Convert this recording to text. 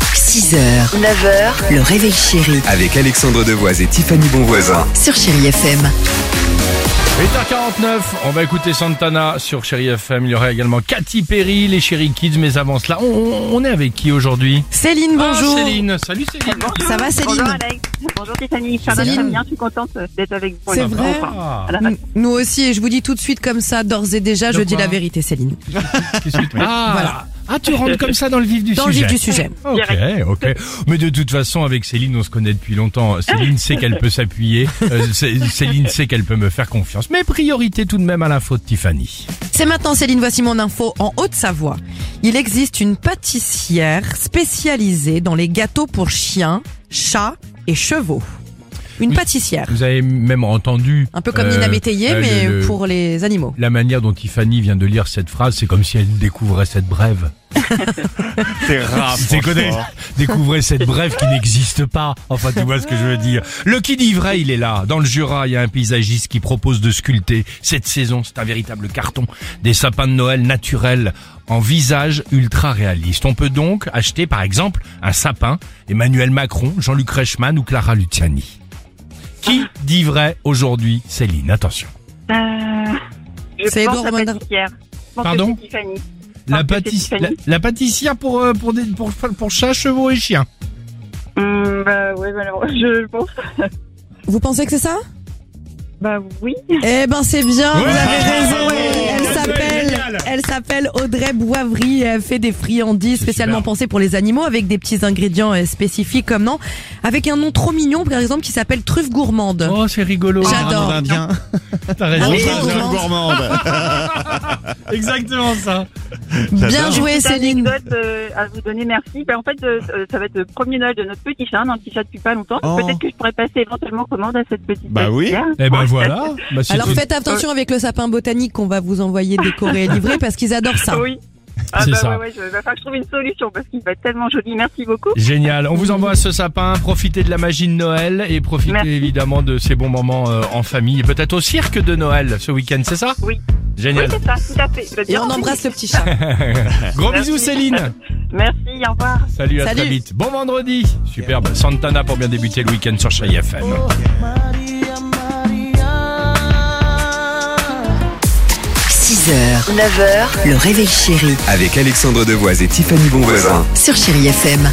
6h, 9h, le réveil chéri Avec Alexandre Devoise et Tiffany Bonvoisin. sur Chéri FM. 8h49, on va écouter Santana sur Chéri FM. Il y aura également Cathy Perry, les Chéri Kids. Mais avant cela, on, on est avec qui aujourd'hui Céline, bonjour. Ah, Céline, salut Céline. Ça va Céline Bonjour Alex, bonjour Tiffany, ça va Céline. très bien, je suis contente d'être avec vous. C'est Enfin, vrai enfin, Ah, à la radio. N- Nous aussi, et je vous dis tout de suite comme ça, d'ores et déjà, De je dis quoi la vérité Céline. qu'est-ce que tu- Ah, Voilà. ah, tu rentres comme ça dans le vif du Dans le sujet. vif du sujet. Ok, ok. Mais de toute façon, avec Céline, on se connaît depuis longtemps. Céline sait qu'elle peut s'appuyer. Euh, Cé- Céline sait qu'elle peut me faire confiance. Mais priorité tout de même à l'info de Tiffany. C'est maintenant Céline, voici mon info en Haute-Savoie. Il existe une pâtissière spécialisée dans les gâteaux pour chiens, chats et chevaux. Une Oui. pâtissière, Vous avez même entendu. un peu comme euh, Nina Métayer, euh, mais le- le- pour les animaux. La manière dont Tiffany vient de lire cette phrase, c'est comme si elle découvrait cette brève. C'est rare. C'est Découvrait cette brève qui n'existe pas. Enfin, tu vois ce que je veux dire. Le qui dit vrai, il est là. Dans le Jura, il y a un paysagiste qui propose de sculpter cette saison. C'est un véritable carton. Des sapins de Noël naturels en visage ultra réaliste. On peut donc acheter, par exemple, un sapin Emmanuel Macron, Jean-Luc Reichmann ou Clara Luciani. Qui dit vrai aujourd'hui, Céline Attention. Euh, je C'est pense Edouard à Mandra- pâtissière. Je pense Pardon que c'est Tiffany. La, Parce que pâtiss- c'est la, Tiffany. la pâtissière pour, euh, pour, des, pour, pour chats, chevaux et chiens. Hum, bah oui, je pense. Vous pensez que c'est ça Bah oui. Eh ben c'est bien, vous Ouais, avez raison. bravo, elle bravo, s'appelle, génial. elle s'appelle Audrey Boivry. et Elle fait des friandises C'est spécialement super. pensées pour les animaux avec des petits ingrédients euh, spécifiques comme non, avec un nom trop mignon par exemple qui s'aelle truffe gourmande. Oh, ah, c'est rigolo. J'adore. Indien. T'as Ah raison. oui, Rosane gourmande. gourmande. Exactement ça. Bien j'adore. joué Petite Ah, Céline. anecdote euh, à vous donner, merci. Bah, en fait, euh, euh, ça va être le premier Noël de notre petit chat, un petit chat depuis pas longtemps. Oh. Peut-être que je pourrais passer éventuellement commande à cette petite Bah oui. pâtissière. Eh ben voilà. Bah, c'est Alors tout. faites attention avec le sapin botanique qu'on va vous envoyer décorer et livrer parce qu'ils adorent ça. Oui. Ah C'est bah ça. ouais, ouais, je va falloir que je trouve une solution parce qu'il va être tellement joli. Merci beaucoup. Génial. On vous envoie ce sapin. Profitez de la magie de Noël et profitez Merci. évidemment de ces bons moments euh, en famille et peut-être au cirque de Noël ce week-end, c'est ça Oui. Oui, Génial. c'est ça, tout à fait. Bah, Et bien, on embrasse le petit chat. Gros Merci. bisous Céline. Merci, au revoir. Salut à Salut. très vite. Bon vendredi. Superbe. Santana pour bien débuter le week-end sur Chai FM. María, María. 6h, 9h, le réveil chéri Avec Alexandre Devoise et Tiffany Bonvoisin. sur Chéri FM.